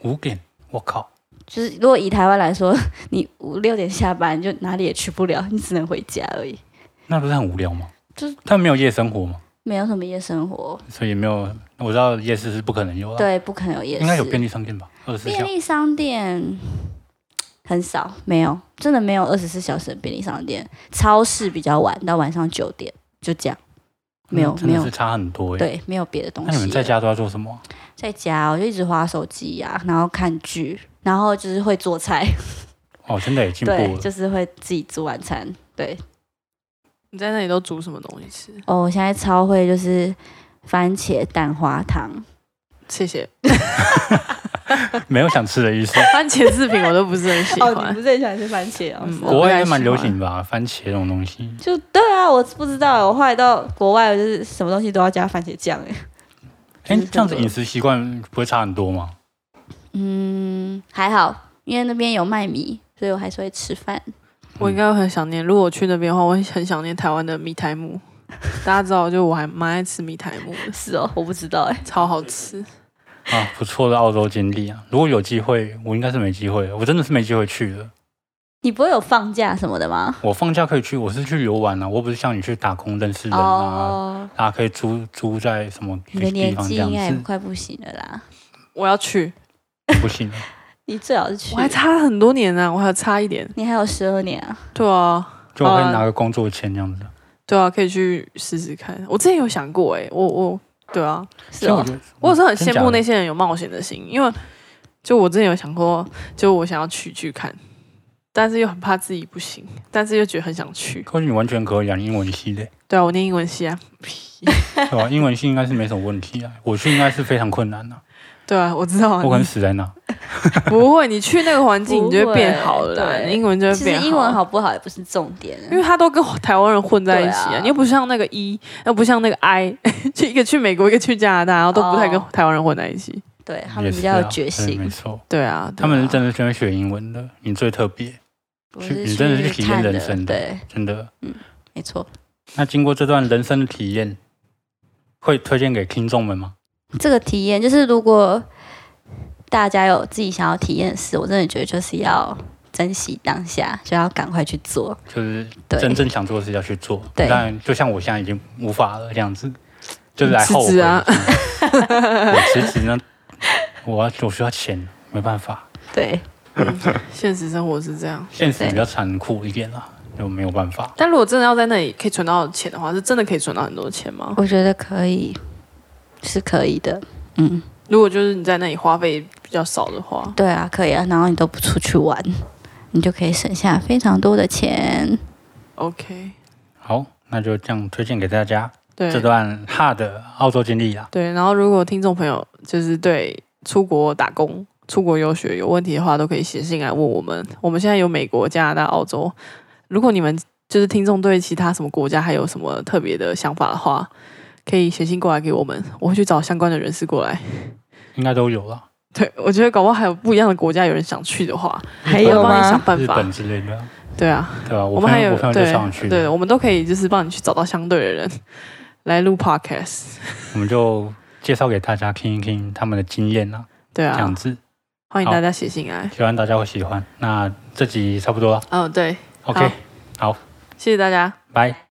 S2: 五点，我靠！
S3: 就是如果以台湾来说，你五六点下班你就哪里也去不了，你只能回家而已，
S2: 那不是很无聊吗？
S3: 就是
S2: 他们没有夜生活嘛，
S3: 没有什么夜生活。
S2: 所以没有。我知道夜市是不可能有的，啊
S3: 对，不可能有夜市。
S2: 应该有便利商店吧？二十四
S3: 便
S2: 小
S3: 利商店很少，没有，真的没有二十四小时的便利商店。超市比较晚，到晚上九点，就这样，没有、
S2: 嗯真
S3: 没
S2: 的
S3: 有
S2: 是，差很多耶。
S3: 对，没有别的东西
S2: 那
S3: 了。
S2: 你们在家都要做什么？
S3: 在家我就一直划手机呀、然后看剧，然后就是会做菜，
S2: 哦，真的 也进步
S3: 对，
S2: 了。
S3: 就是会自己煮晚餐。对，
S1: 你在那里都煮什么东西吃？
S3: 哦，我现在超会就是番茄蛋花汤，
S1: 谢谢。
S2: 没有想吃的意思。
S1: 番茄制品我都不是很喜欢。
S3: 哦是很喜欢吃番茄哦
S1: 嗯
S3: 是哦
S2: 国
S1: 我不
S2: 外
S1: 太
S2: 也蛮
S1: 喜
S2: 流
S1: 欢
S2: 行吧，番茄这种东西。
S3: 就对啊，我不知道，我后来到国外，我就是什么东西都要加番茄酱哎。
S2: 哎、
S3: 就是
S2: 这样子
S3: 这个
S2: 饮食习惯不会差很多吗？
S3: 嗯，还好，因为那边有卖米，所以我还是会吃饭。
S2: 嗯
S1: 我应该会很想念，如果我去那边的话，我会很想念台湾的米苔木。大家知道，就我还蛮爱吃米苔木的，
S3: 是哦，我不知道哎。
S1: 超好吃。
S2: 啊，不错的澳洲经历啊！如果有机会，我应该是没机会，我真的是没机会去了。
S3: 你不会有放假什么的吗？
S2: 我放假可以去，我是去游玩啊，我不是像你去打工认识人啊，
S3: 哦，
S2: 大家可以租租在什么
S3: 你的
S2: 地
S3: 年
S2: 方这
S3: 纪
S2: 样
S3: 应该也
S2: 子，
S3: 快不行了啦。
S1: 我要去，
S2: 不行。
S3: 你最好是去
S1: 我，还差很多啊年呢、我还有差一点。
S3: 你还有十二年啊。
S1: 对啊，
S2: 就我可以
S1: 好啊
S2: 拿个工作签这样子，
S1: 对啊，可以去试试看。我之前有想过、欸，哎，我我对啊，
S3: 是
S2: 所以我
S3: 哦
S2: 觉，得
S1: 我有时候很
S2: 嗯真假
S1: 羡
S2: 的
S1: 慕那些人有冒险的心，因为就我之前有想过，就我想要去去看，但是又很怕自己不行，但是又觉得很想去。
S2: 可是你完全可以啊，你英文系的，
S1: 对啊，我念英文系啊，
S2: 对吧？英文系应该是没什么问题啊，我去应该是非常困难的、
S1: 对啊，我知道
S3: 哦
S1: 啊，
S2: 我可能
S1: 你
S2: 死在那。
S1: 不会，你去那个环境，你就会变好了
S3: 不
S1: 啦，
S3: 会
S1: 你英文就会
S3: 其实
S2: 啊
S1: 变
S3: 英文好不好也不是重点啊，
S1: 因为他都跟台湾人混在一起
S3: 对
S1: 啊，
S3: 啊
S1: 你又不像那个 E，又不像那个 I，就 一个去美国，一个去加拿大，然后都不太跟
S3: 哦
S1: 台湾人混在一起。
S3: 对他
S2: 也
S3: 们
S2: 是
S3: 比较
S2: 啊
S3: 有决
S2: 对没
S3: 心，
S2: 错，
S1: 对啊，对啊
S2: 他们是真的是学英文的，你最特别，
S3: 不
S2: 去
S3: 是
S2: 你真的是
S3: 去
S2: 体验
S3: 看
S2: 人生的
S3: 对，
S2: 真的。
S3: 没错，
S2: 那经过这段人生的体验，会推荐给听众们吗？
S3: 这个体验就是如果大家有自己想要体验的事，我真的觉得就是要珍惜当下，就要赶快去做，
S2: 就是
S3: 对，
S2: 真正想做的事要去做，
S3: 对
S2: 但就像我现在已经无法了这样子，就是来后
S1: 辞
S2: 悔。
S1: 职啊
S2: 我 辞职呢，我要我需要钱，没办法，
S3: 对，
S1: 现实生活是这样。
S2: 现实比较残酷一点啦，就没有办法。
S1: 但如果真的要在那里可以存到钱的话，是真的可以存到很多钱吗？
S3: 我觉得可以，是可以的，嗯，
S1: 如果就是你在那里花费比较少的话，
S3: 对啊，可以啊，然后你都不出去玩，你就可以省下非常多的钱。
S1: OK，
S2: 好，那就这样推荐给大家
S1: 对
S2: 这段 hard 的澳洲经历啊啦。
S1: 对。然后如果听众朋友就是对出国打工、出国游学有问题的话，都可以写信来问我们。我们现在有美国、加拿大、澳洲。如果你们就是听众对其他什么国家还有什么特别的想法的话，可以写信过来给我们，我会去找相关的人士过来。
S2: 应该都有了，
S1: 对，我觉得搞不好还有不一样的国家有人想去的话，
S3: 还
S1: 我
S3: 有
S1: 会帮你想
S3: 吗？
S1: 办
S2: 日
S1: 法
S2: 本。之类的，
S1: 对啊，
S2: 对吧？
S1: 我
S2: 我
S1: 们
S2: 朋
S1: 还
S2: 友
S1: 有
S2: 我朋友就上去
S1: 对，
S2: 了，
S1: 对，我们都可以就是帮你去找到相对的人来录 podcast。
S2: 我们就介绍给大家听一听他们的经验啦，
S1: 对
S2: 这样
S1: 啊，
S2: 子，
S1: 欢迎
S2: 好
S1: 大家写信来。
S2: 希望大家会喜欢。那这集差不多了
S1: 哦，对，
S2: ，OK，
S1: 谢谢大家。
S2: 拜。